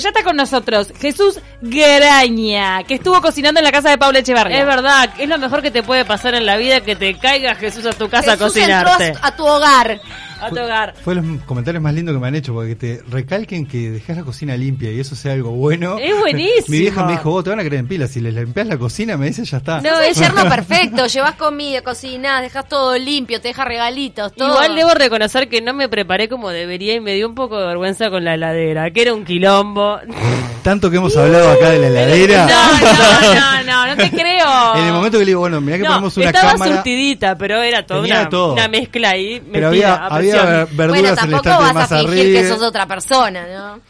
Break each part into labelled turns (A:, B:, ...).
A: Ya está con nosotros Jesús Graña, que estuvo cocinando en la casa de Paula Echevarría.
B: Es verdad, es lo mejor que te puede pasar en la vida que te caiga Jesús a tu casa
C: Jesús
B: a cocinarte.
C: entró a tu hogar.
B: A tu hogar.
D: Fue los comentarios más lindos que me han hecho, porque te recalquen que dejas la cocina limpia y eso sea algo bueno.
B: Es buenísimo.
D: Mi vieja me dijo, vos te van a creer en pilas, si les limpias la cocina, me dice, ya
B: Ah.
D: está.
C: No, es yerno perfecto. Llevas comida, cocinas, dejas todo limpio, te dejas regalitos, todo.
B: Igual debo reconocer que no me preparé como debería y me dio un poco de vergüenza con la heladera, que era un quilombo.
D: Tanto que hemos hablado acá de la heladera.
B: No, no, no, no, no te creo.
D: En el momento que le digo, bueno, mirá que
B: no,
D: ponemos una
B: estaba
D: cámara,
B: surtidita, pero era toda
D: Tenía
B: una,
D: todo.
B: una mezcla ahí.
D: pero
B: metida
D: había,
B: a
D: había
B: presión.
D: ver- verduras
C: bueno,
D: en el
C: tampoco
D: estante
C: vas
D: más
C: a fingir
D: arriba.
C: que sos otra persona,
D: Eh,
C: ¿no?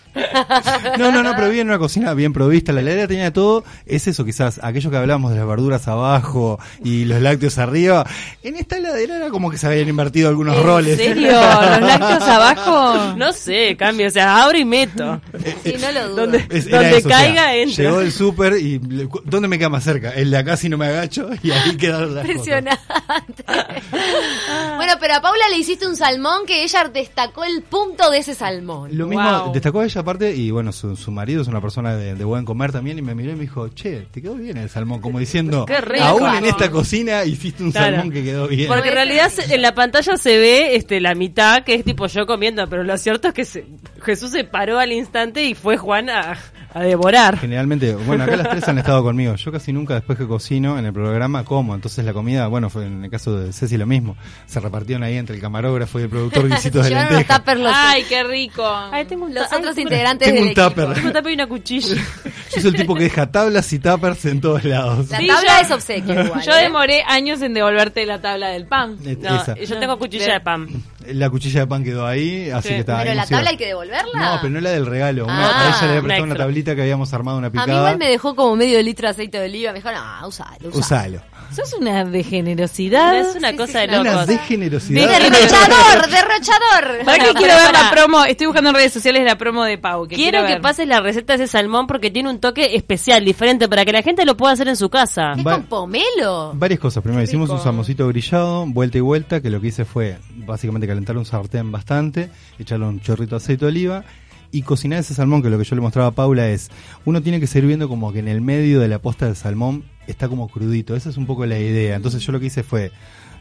D: No, no, no, pero bien una cocina bien provista, la heladera tenía todo, es eso quizás, aquello que hablábamos de las verduras abajo y los lácteos arriba, en esta heladera era como que se habían invertido algunos roles.
A: ¿En serio? ¿Los lácteos abajo?
B: No sé, cambio, o sea, abro y meto.
D: eh,
C: Sí, no lo dudo.
B: ¿Dónde?
D: Es- era
B: Donde
D: eso, o sea,
B: caiga, entra.
D: Llegó el súper y le- cu- ¿dónde me queda más cerca? El de acá si no me agacho y ahí quedaron las cosas.
C: Impresionante. bueno, pero a Paula le hiciste un salmón que ella destacó el punto de ese salmón.
D: Lo mismo,
B: Wow.
D: destacó ella aparte y bueno, su, su marido es una persona de, de buen comer también y me miró y me dijo, che, te quedó bien el salmón, como diciendo,
B: Qué rico.
D: aún en esta cocina hiciste un
B: Claro.
D: salmón que quedó bien.
B: Porque en realidad se- en la pantalla se ve este, la mitad, que es tipo yo comiendo, pero lo cierto es que se- Jesús se paró al instante y fue Juan a, a devorar.
D: Generalmente, bueno, acá las tres han estado conmigo. Yo casi nunca después que cocino en el programa como. Entonces la comida, bueno, fue en el caso de Ceci lo mismo. Se repartieron ahí entre el camarógrafo y el productor guisitos de
C: Llevaron los
D: lenteja.
C: tuppers los,
A: Ay, qué rico.
B: Ay, tengo un
C: los
B: ay,
C: otros
B: tengo-
C: integrantes
D: Tengo
C: del
D: un
C: equipo.
D: tupper.
B: Tengo tapa y una cuchilla.
D: Yo soy el tipo que deja tablas y tuppers en todos lados.
C: La
A: Sí,
C: tabla
A: yo-
C: es obsequio igual.
A: Yo
C: ¿eh?
A: demoré años en devolverte la tabla del pan.
D: Eh,
B: No,
D: Esa.
B: yo tengo cuchilla de pan.
D: La cuchilla de pan quedó ahí, así
B: Sí.
D: que está.
C: Pero la
D: hemos ido.
C: tabla hay que devolverla.
D: No, pero no la del
C: Ah.
D: regalo. Una, a ella le
B: Una
D: había prestado una
B: extra.
D: tablita que habíamos armado una
C: A mí
D: picada.
C: igual me dejó como medio litro de aceite de oliva. Me dijo, no, usalo, usalo.
D: Usalo.
A: Sos una de generosidad.
B: Es una cosa de
D: Una
B: locos.
D: de generosidad.
C: ¡Derrochador! ¡Derrochador!
A: ¿Para qué
B: Pará,
A: quiero
B: pará,
A: ver la
B: pará.
A: promo? Estoy buscando en redes sociales la promo de Pau. Que
B: Quiero que
A: ver.
B: pases la receta de ese salmón porque tiene un toque especial, diferente, para que la gente lo pueda hacer en su casa.
C: ¿Qué
D: Va-
C: con pomelo?
D: Varias cosas. Primero hicimos un samosito grillado, vuelta y vuelta, que lo que hice fue básicamente calentar un sartén bastante, echarle un chorrito de aceite de oliva y cocinar ese salmón, que lo que yo le mostraba a Paula es, uno tiene que seguir viendo como que en el medio de la posta del salmón está como crudito. Esa es un poco la idea. Entonces yo lo que hice fue,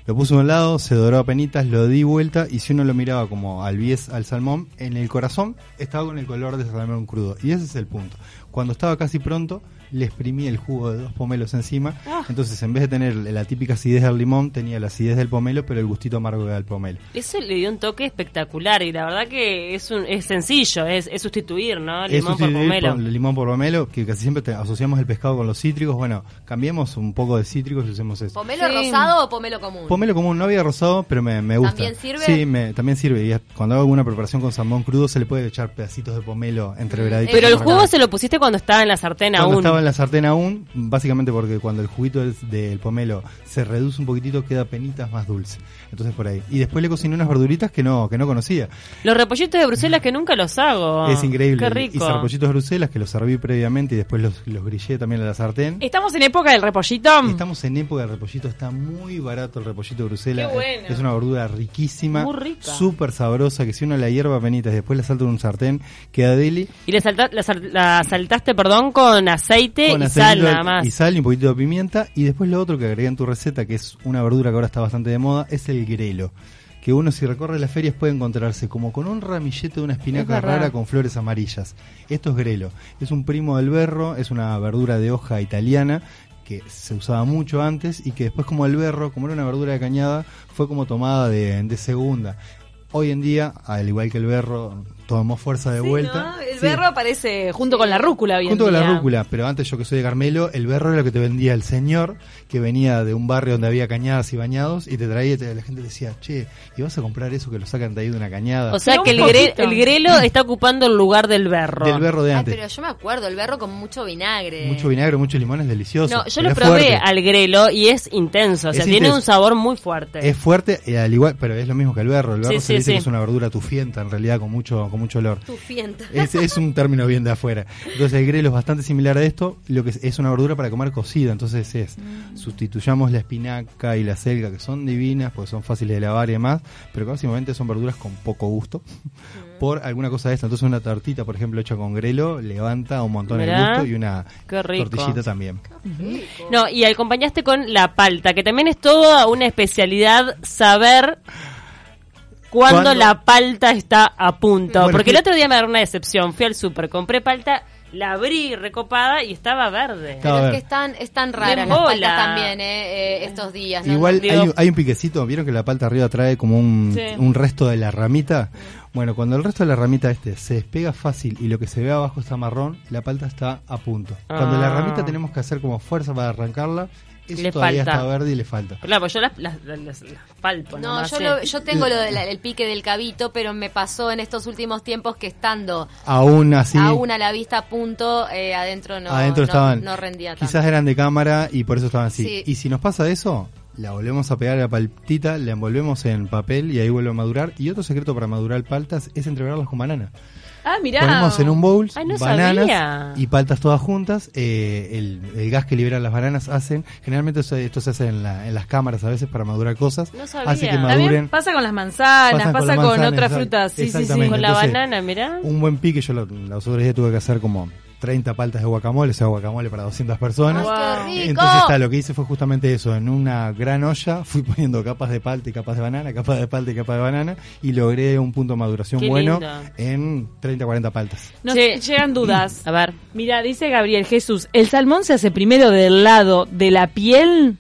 D: lo puse a un lado, se doró a penitas, lo di vuelta y si uno lo miraba como al bies al salmón, en el corazón estaba con el color de salmón crudo. Y ese es el punto. Cuando estaba casi pronto, le exprimí el jugo de dos pomelos encima.
B: Ah.
D: Entonces, en vez de tener la típica acidez del limón, tenía la acidez del pomelo, pero el gustito amargo del pomelo.
B: Eso le dio un toque espectacular y la verdad que es un, es sencillo, es, es sustituir, ¿no?
D: Es
B: Ah, Limón por
D: sustituir
B: pomelo.
D: por- limón por pomelo, que casi siempre te- asociamos el pescado con los cítricos. Bueno, cambiemos un poco de cítricos y usemos eso.
C: ¿Pomelo
A: Sí.
C: rosado o pomelo común?
D: Pomelo común no había rosado, pero me, me gusta.
C: ¿También sirve?
D: Sí, me- también sirve. Y cuando hago alguna preparación con salmón crudo, se le puede echar pedacitos de pomelo entreveraditos.
B: Eh, Pero el
D: por acá.
B: jugo se lo pusiste cuando estaba en la sartén
D: Cuando
B: aún.
D: estaba en la sartén aún, básicamente porque cuando el juguito del, del pomelo se reduce un poquitito, queda penitas más dulce. Entonces por ahí. Y después le cociné unas verduritas que no, que no conocía.
B: Los repollitos de Bruselas que nunca los hago.
D: es increíble.
B: Ah, Qué
D: Y
B: rico.
D: zarpollitos de Bruselas que los serví previamente y después los, los grillé también a la sartén.
A: ¿Estamos en época del repollito?
D: Estamos en época de repollito, está muy barato el repollito de Bruselas.
A: Qué bueno.
D: Es una verdura riquísima,
B: Muy rica.
D: súper sabrosa, que si uno la hierba penitas y después la salta en un sartén, queda deli.
B: Y le salta- la, sal- la saltaste, perdón, con aceite
D: Con
B: y
D: aceitito
B: sal nada
D: de-
B: más.
D: Y sal y un poquito de pimienta. Y después lo otro que agregué en tu receta, que es una verdura que ahora está bastante de moda, es el grelo. Que uno si recorre las ferias puede encontrarse como con un ramillete de una espinaca rara con flores amarillas. Esto es grelo. Es un primo del berro, es una verdura de hoja italiana que se usaba mucho antes y que después como el berro, como era una verdura de cañada, fue como tomada de, de segunda. Hoy en día, al igual que el berro, tomó fuerza de vuelta.
A: El
D: Sí.
A: berro aparece junto con la rúcula. hoy en
D: Junto con la
A: día.
D: rúcula, pero antes yo que soy de Carmelo, el berro era lo que te vendía el señor, que venía de un barrio donde había cañadas y bañados, y te traía, y te- la gente decía, che, ¿y vas a comprar eso que lo sacan de ahí de una cañada?
B: O sea
A: Pero
B: que el,
A: un
B: gre-
A: poquito.
B: el grelo está ocupando el lugar del berro.
D: del berro de
C: Ay,
D: antes.
C: pero yo me acuerdo, el berro con mucho vinagre.
D: mucho vinagre, mucho limón, es delicioso.
B: eh, no, yo
D: pero
B: lo
D: es
B: probé
D: fuerte.
B: al grelo y es intenso. O sea,
D: Es
B: tiene
D: intenso.
B: un sabor muy fuerte.
D: Es fuerte, eh, al igual, pero es lo mismo que el berro. El berro
B: Sí,
D: se
B: sí,
D: dice
B: sí.
D: que es una verdura tufienta, en realidad, con mucho, con con mucho olor.
C: Tufienta.
D: Es, es un término bien de afuera. Entonces el grelo es bastante similar a esto, lo que es, es una verdura para comer cocida, entonces es,
B: Mm.
D: sustituyamos la espinaca y la selga, que son divinas, porque son fáciles de lavar y demás, pero que básicamente son verduras con poco gusto, por alguna cosa de esta. Entonces una tortita, por ejemplo, hecha con grelo, levanta un montón
B: Mirá.
D: el gusto y una
B: Qué rico.
D: tortillita también.
B: No, y acompañaste con la palta, que también es toda una especialidad saber cuándo
D: ¿Cuándo?
B: la palta está a punto.
D: Bueno,
B: Porque
D: fui-
B: el otro día me agarró una decepción. Fui al súper, compré palta, la abrí recopada y estaba verde.
D: Está-
C: Pero
D: A
C: es
D: ver.
C: que están, están raras
B: Me
C: las
B: embola.
C: paltas también, eh, eh, estos días. ¿no?
D: Igual
B: Digo-
D: hay, un- hay un piquecito, ¿vieron que la palta arriba trae como un,
B: Sí.
D: un resto de la ramita? Bueno, cuando el resto de la ramita este se despega fácil y lo que se ve abajo está marrón, la palta está a punto. Cuando la
B: Ah.
D: ramita tenemos que hacer como fuerza para arrancarla, eso
B: Le
D: todavía
B: falta.
D: está verde y le falta.
B: Claro, pues yo las, las- las- las- las palpo.
C: No,
B: nomás, eh.
C: yo,
B: sí.
C: lo- yo tengo lo del el pique del cabito, pero me pasó en estos últimos tiempos que estando
D: Aún así,
C: aún a la vista a punto, eh, adentro no,
D: adentro
C: no-
D: estaban.
C: no rendía tanto.
D: Quizás eran de cámara y por eso estaban así.
C: Sí.
D: Y si nos pasa eso, la volvemos a pegar a la paltita, la envolvemos en papel y ahí vuelve a madurar. Y otro secreto para madurar paltas es entreverarlas con banana.
A: Ah, mirá.
D: Ponemos en un bowl
B: Ay, no
D: bananas
B: sabía.
D: y paltas todas juntas. eh, el, el gas que liberan las bananas hacen. Generalmente eso- esto se hace en, la- en las cámaras a veces para madurar cosas.
B: No sabía.
D: Hace que
B: También
D: maduren.
A: También pasa con las manzanas,
D: Pasan con
A: pasa
D: las
A: con,
D: manzanas,
A: otras
D: exact-
A: frutas. Sí, sí, sí.
D: exactamente.
B: Con la
D: entonces-
B: banana, mirá.
D: Un buen pique. Yo lo- los otros días tuve que hacer como 30 paltas de guacamole, o sea, guacamole para 200 personas.
C: ¡Ay,
A: Wow.
C: qué rico!
D: Entonces está, lo que hice fue justamente eso, en una gran olla fui poniendo capas de palta y capas de banana, capas de palta y capas de banana y logré un punto de maduración
B: Qué
D: bueno
B: lindo.
D: en 30, 40 paltas.
A: Nos
B: Sí.
A: llegan dudas.
B: A ver.
A: Mira, dice Gabriel Jesús, ¿el salmón se hace primero del lado de la piel?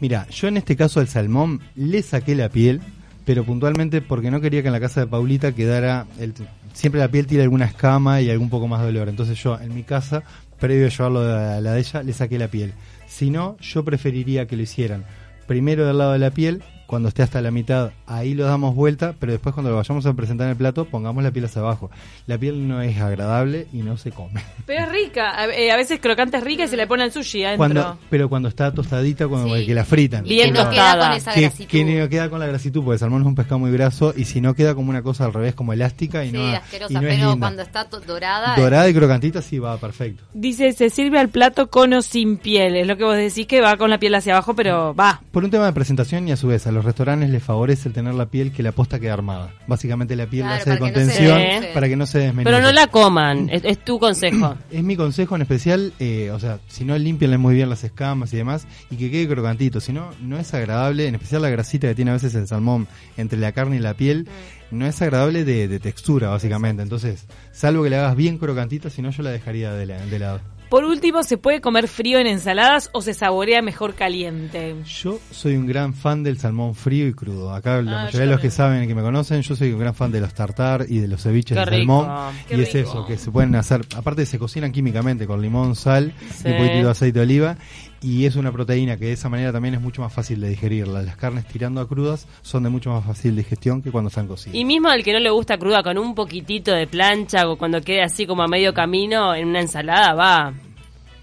D: Mira, yo en este caso al salmón le saqué la piel, pero puntualmente porque no quería que en la casa de Paulita quedara. el- siempre la piel tiene alguna escama y algún poco más de olor. Entonces yo en mi casa, previo a llevarlo a la de ella, le saqué la piel. Si no, yo preferiría que lo hicieran primero del lado de la piel. Cuando esté hasta la mitad, ahí lo damos vuelta, pero después cuando lo vayamos a presentar en el plato, pongamos la piel hacia abajo. La piel no es agradable y no se come.
A: Pero es rica, a, eh, a veces crocante es rica y se le pone el sushi adentro.
D: Cuando, pero cuando está tostadita, cuando
C: Sí.
D: que la fritan.
C: Y que
B: Bien
C: no queda
B: tostada.
C: con esa
D: que,
C: grasitud.
D: que no queda con la grasitud, porque el salmón es un pescado muy graso y si no queda como una cosa al revés, como elástica y
C: Sí,
D: no,
C: asquerosa,
D: y no es
C: pero
D: linda.
C: cuando está to- dorada...
D: dorada y crocantita sí va perfecto.
A: Dice, se sirve al plato con o sin piel. Es lo que vos decís que va con la piel hacia abajo, pero va.
D: Por un tema de presentación y a su vez a los restaurantes les favorece el tener la piel que la posta queda armada. Básicamente la piel
C: Claro,
D: la hace de
C: para que no se
D: contención
C: desmenuce.
D: para que no se desmenuce.
B: Pero no la coman, es, es tu consejo.
D: Es mi consejo en especial, eh, o sea, si no limpienle muy bien las escamas y demás y que quede crocantito, si no, no es agradable, en especial la grasita que tiene a veces el salmón entre la carne y la piel, no es agradable de, de textura básicamente, entonces, salvo que la hagas bien crocantita, si no yo la dejaría de, la- de lado.
A: Por último, ¿se puede comer frío en ensaladas o se saborea mejor caliente?
D: Yo soy un gran fan del salmón frío y crudo, acá la
A: Ah, yo
D: mayoría de los que
A: también.
D: saben que me conocen, yo soy un gran fan de los tartar y de los ceviches
B: Qué
D: de
B: rico,
D: salmón
A: qué
D: y es
A: rico.
D: eso, que se pueden hacer, aparte se cocinan químicamente con limón, sal
B: Sí.
D: y un poquitito de aceite de oliva. Y es una proteína que de esa manera también es mucho más fácil de digerirla. Las carnes tirando a crudas son de mucho más fácil digestión que cuando están cocidas.
B: Y mismo al que no le gusta cruda con un poquitito de plancha o cuando quede así como a medio camino en una ensalada, va.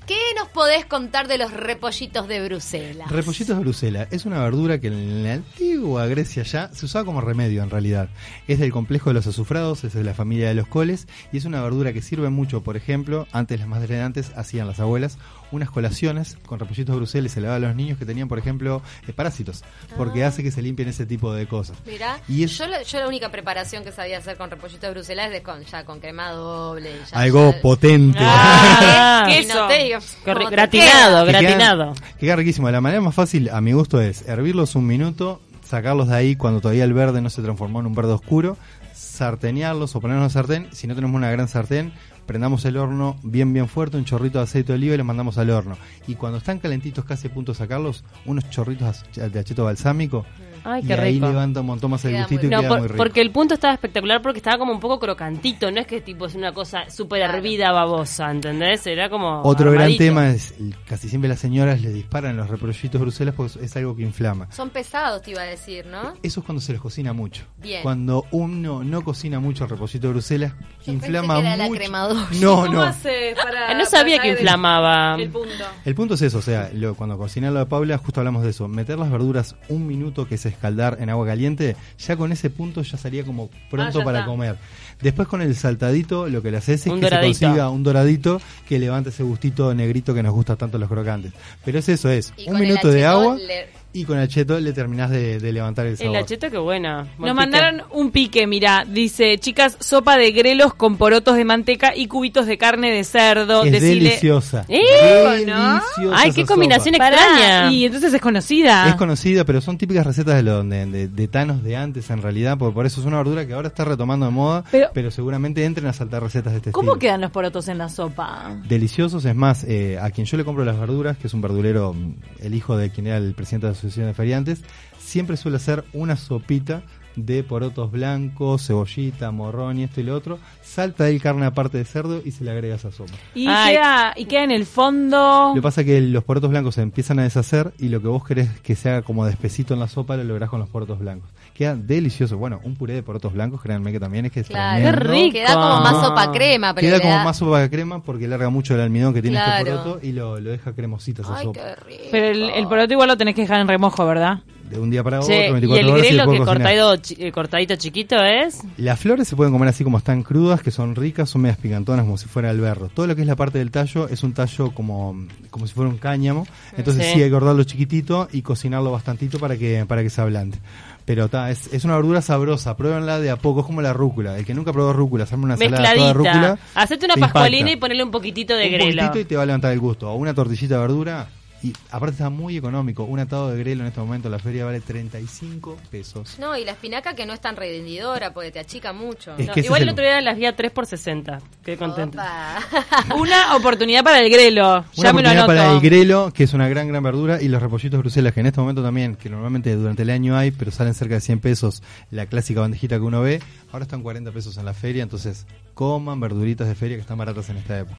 C: ¿Qué nos podés contar de los repollitos de Bruselas?
D: Repollitos de Bruselas es una verdura que en la antigua Grecia ya se usaba como remedio en realidad. Es del complejo de los azufrados, es de la familia de los coles y es una verdura que sirve mucho. Por ejemplo, antes las madres de antes hacían las abuelas unas colaciones con repollitos de Bruselas y se le daba a los niños que tenían, por ejemplo, eh, parásitos, porque hace que se limpien ese tipo de cosas.
C: Mirá,
D: Y es-
C: yo, la, yo la única preparación que sabía hacer con repollitos de Bruselas es de con, ya con crema doble. ya-
D: Algo
C: ya-
D: potente.
B: Ah,
C: Y
A: queso.
C: no te digo
B: Qué ri-
C: cómo te
B: gratinado,
D: Que quedan-
B: gratinado.
D: que queda riquísimo. La manera más fácil, a mi gusto, es hervirlos un minuto, sacarlos de ahí cuando todavía el verde no se transformó en un verde oscuro, sartenearlos o ponerlos en sartén. Si no tenemos una gran sartén, prendamos el horno bien, bien fuerte, un chorrito de aceite de oliva y los mandamos al horno. Y cuando están calentitos, casi a punto de sacarlos, unos chorritos de acheto balsámico.
B: Mm. Ay,
D: y
B: qué
D: ahí
B: rico.
D: levanta un montón más el
C: Queda muy
D: gustito y
B: No,
D: queda
B: por-
D: muy rico.
B: porque el punto estaba espectacular porque estaba como un poco crocantito, no es que tipo es una cosa súper
C: Claro.
B: hervida babosa, ¿entendés? Era como
D: Otro gran
B: armadito.
D: tema es, el- casi siempre las señoras les disparan los repollitos bruselas porque es algo que inflama.
C: digo. Son pesados, te iba a decir, ¿no?
D: Eso es cuando se los cocina mucho.
C: Bien.
D: Cuando uno no cocina mucho el repollito de Bruselas,
C: Yo pensé
D: inflama
C: que era la
D: mucho.
C: crema
D: No,
E: ¿Cómo
D: no.
E: haces para.?
B: Ah, no sabía
E: para
B: que
E: saber el-
B: inflamaba.
E: El punto.
D: El punto es eso, o sea, lo- cuando cocinas lo de Paula, justo hablamos de eso. Meter las verduras un minuto que se escaldar en agua caliente, ya con ese punto ya sería como
C: Ah,
D: pronto
E: ya
D: para
E: está.
D: comer. Después con el saltadito, lo que le haces es
B: Un
D: que
B: doradito.
D: se consiga un doradito que levante ese gustito negrito que nos gusta tanto los crocantes. Pero es eso, es
C: Y con
D: un
C: el
D: minuto de
C: achetón
D: agua
C: le-
D: y con el cheto le terminás de, de levantar el
B: El
D: sabor.
B: acheto, qué buena. Buen
A: Nos
B: pique.
A: mandaron un pique, mira, dice, chicas, sopa de grelos con porotos de manteca y cubitos de carne de cerdo.
D: es
A: Decile-
D: deliciosa.
B: ¡Eh!
A: ¿no?
D: Deliciosa
B: Ay,
D: esa
B: qué
D: sopa.
B: combinación
A: Pará,
B: extraña.
A: Y entonces es conocida.
D: Es conocida, pero son típicas recetas de, lo, de, de- de Thanos de antes, en realidad, porque por eso es una verdura que ahora está retomando de moda,
A: Pero-
D: pero, seguramente entren a saltar recetas de este
A: ¿Cómo
D: estilo.
A: quedan los porotos en la sopa?
D: Deliciosos, es más, eh, a quien yo le compro las verduras, que es un verdulero, mm, el hijo de quien era el presidente de la Asociación de Feriantes, siempre suele hacer una sopita de porotos blancos, cebollita, morrón y esto y lo otro, salta ahí carne aparte de cerdo y se le agrega esa sopa.
A: Y,
B: Ay.
A: queda, y queda en el fondo.
D: Lo que pasa es que los porotos blancos se empiezan a deshacer y lo que vos querés que se haga como despesito en la sopa lo lográs con los porotos blancos. Queda delicioso. Bueno, un puré de porotos blancos, créanme que también es que es
C: Claro.
B: Qué
D: tremendo.
B: rico.
C: Queda como más sopa crema, pero
D: Queda
C: le da-
D: como más sopa de crema porque larga mucho el almidón que tiene este
C: Claro.
D: poroto y lo, lo deja cremosita esa
C: Ay,
D: sopa.
C: qué rico.
A: Pero el, el poroto igual lo tenés que dejar en remojo, ¿verdad?
D: De un día para otro,
B: Che, y
D: 24
B: el
D: horas y
B: grelo
D: lo
B: que
D: puedo cocinar.
B: cortado chi- eh, cortadito chiquito es.
D: Las flores se pueden comer así como están crudas, que son ricas, son medias picantonas, como si fuera el berro. Todo lo que es la parte del tallo es un tallo como, como si fuera un cáñamo. Entonces
B: Sí.
D: sí. hay que cortarlo chiquitito y cocinarlo bastantito para que, para que se ablande. Pero ta, es, es una verdura sabrosa, pruébenla de a poco, es como la rúcula. El que nunca probó rúcula, hacerme una ensalada toda
B: Mezcladita.
D: de rúcula.
B: Hacete una
D: te
B: pascualina
D: impacta.
B: y ponle un poquitito de
D: Un
B: grelo.
D: poquitito y te va a levantar el gusto. O una tortillita de verdura. Y aparte está muy económico. Un atado de grelo en este momento en la feria vale 35 pesos.
C: No, y la espinaca que no es tan rendidora porque te achica mucho.
D: Es
B: No,
D: que ese
B: igual
D: es
B: el
D: el-
B: otro día las vi a 3 por 60. Quedé contenta.
C: Opa.
A: Una oportunidad para el grelo.
D: Una
A: ya me lo
D: oportunidad
A: anoto.
D: para el grelo, que es una gran, gran verdura, y los repollitos bruselas, que en este momento también, que normalmente durante el año hay, pero salen cerca de 100 pesos la clásica bandejita que uno ve, ahora están 40 pesos en la feria, entonces coman verduritas de feria que están baratas en esta época.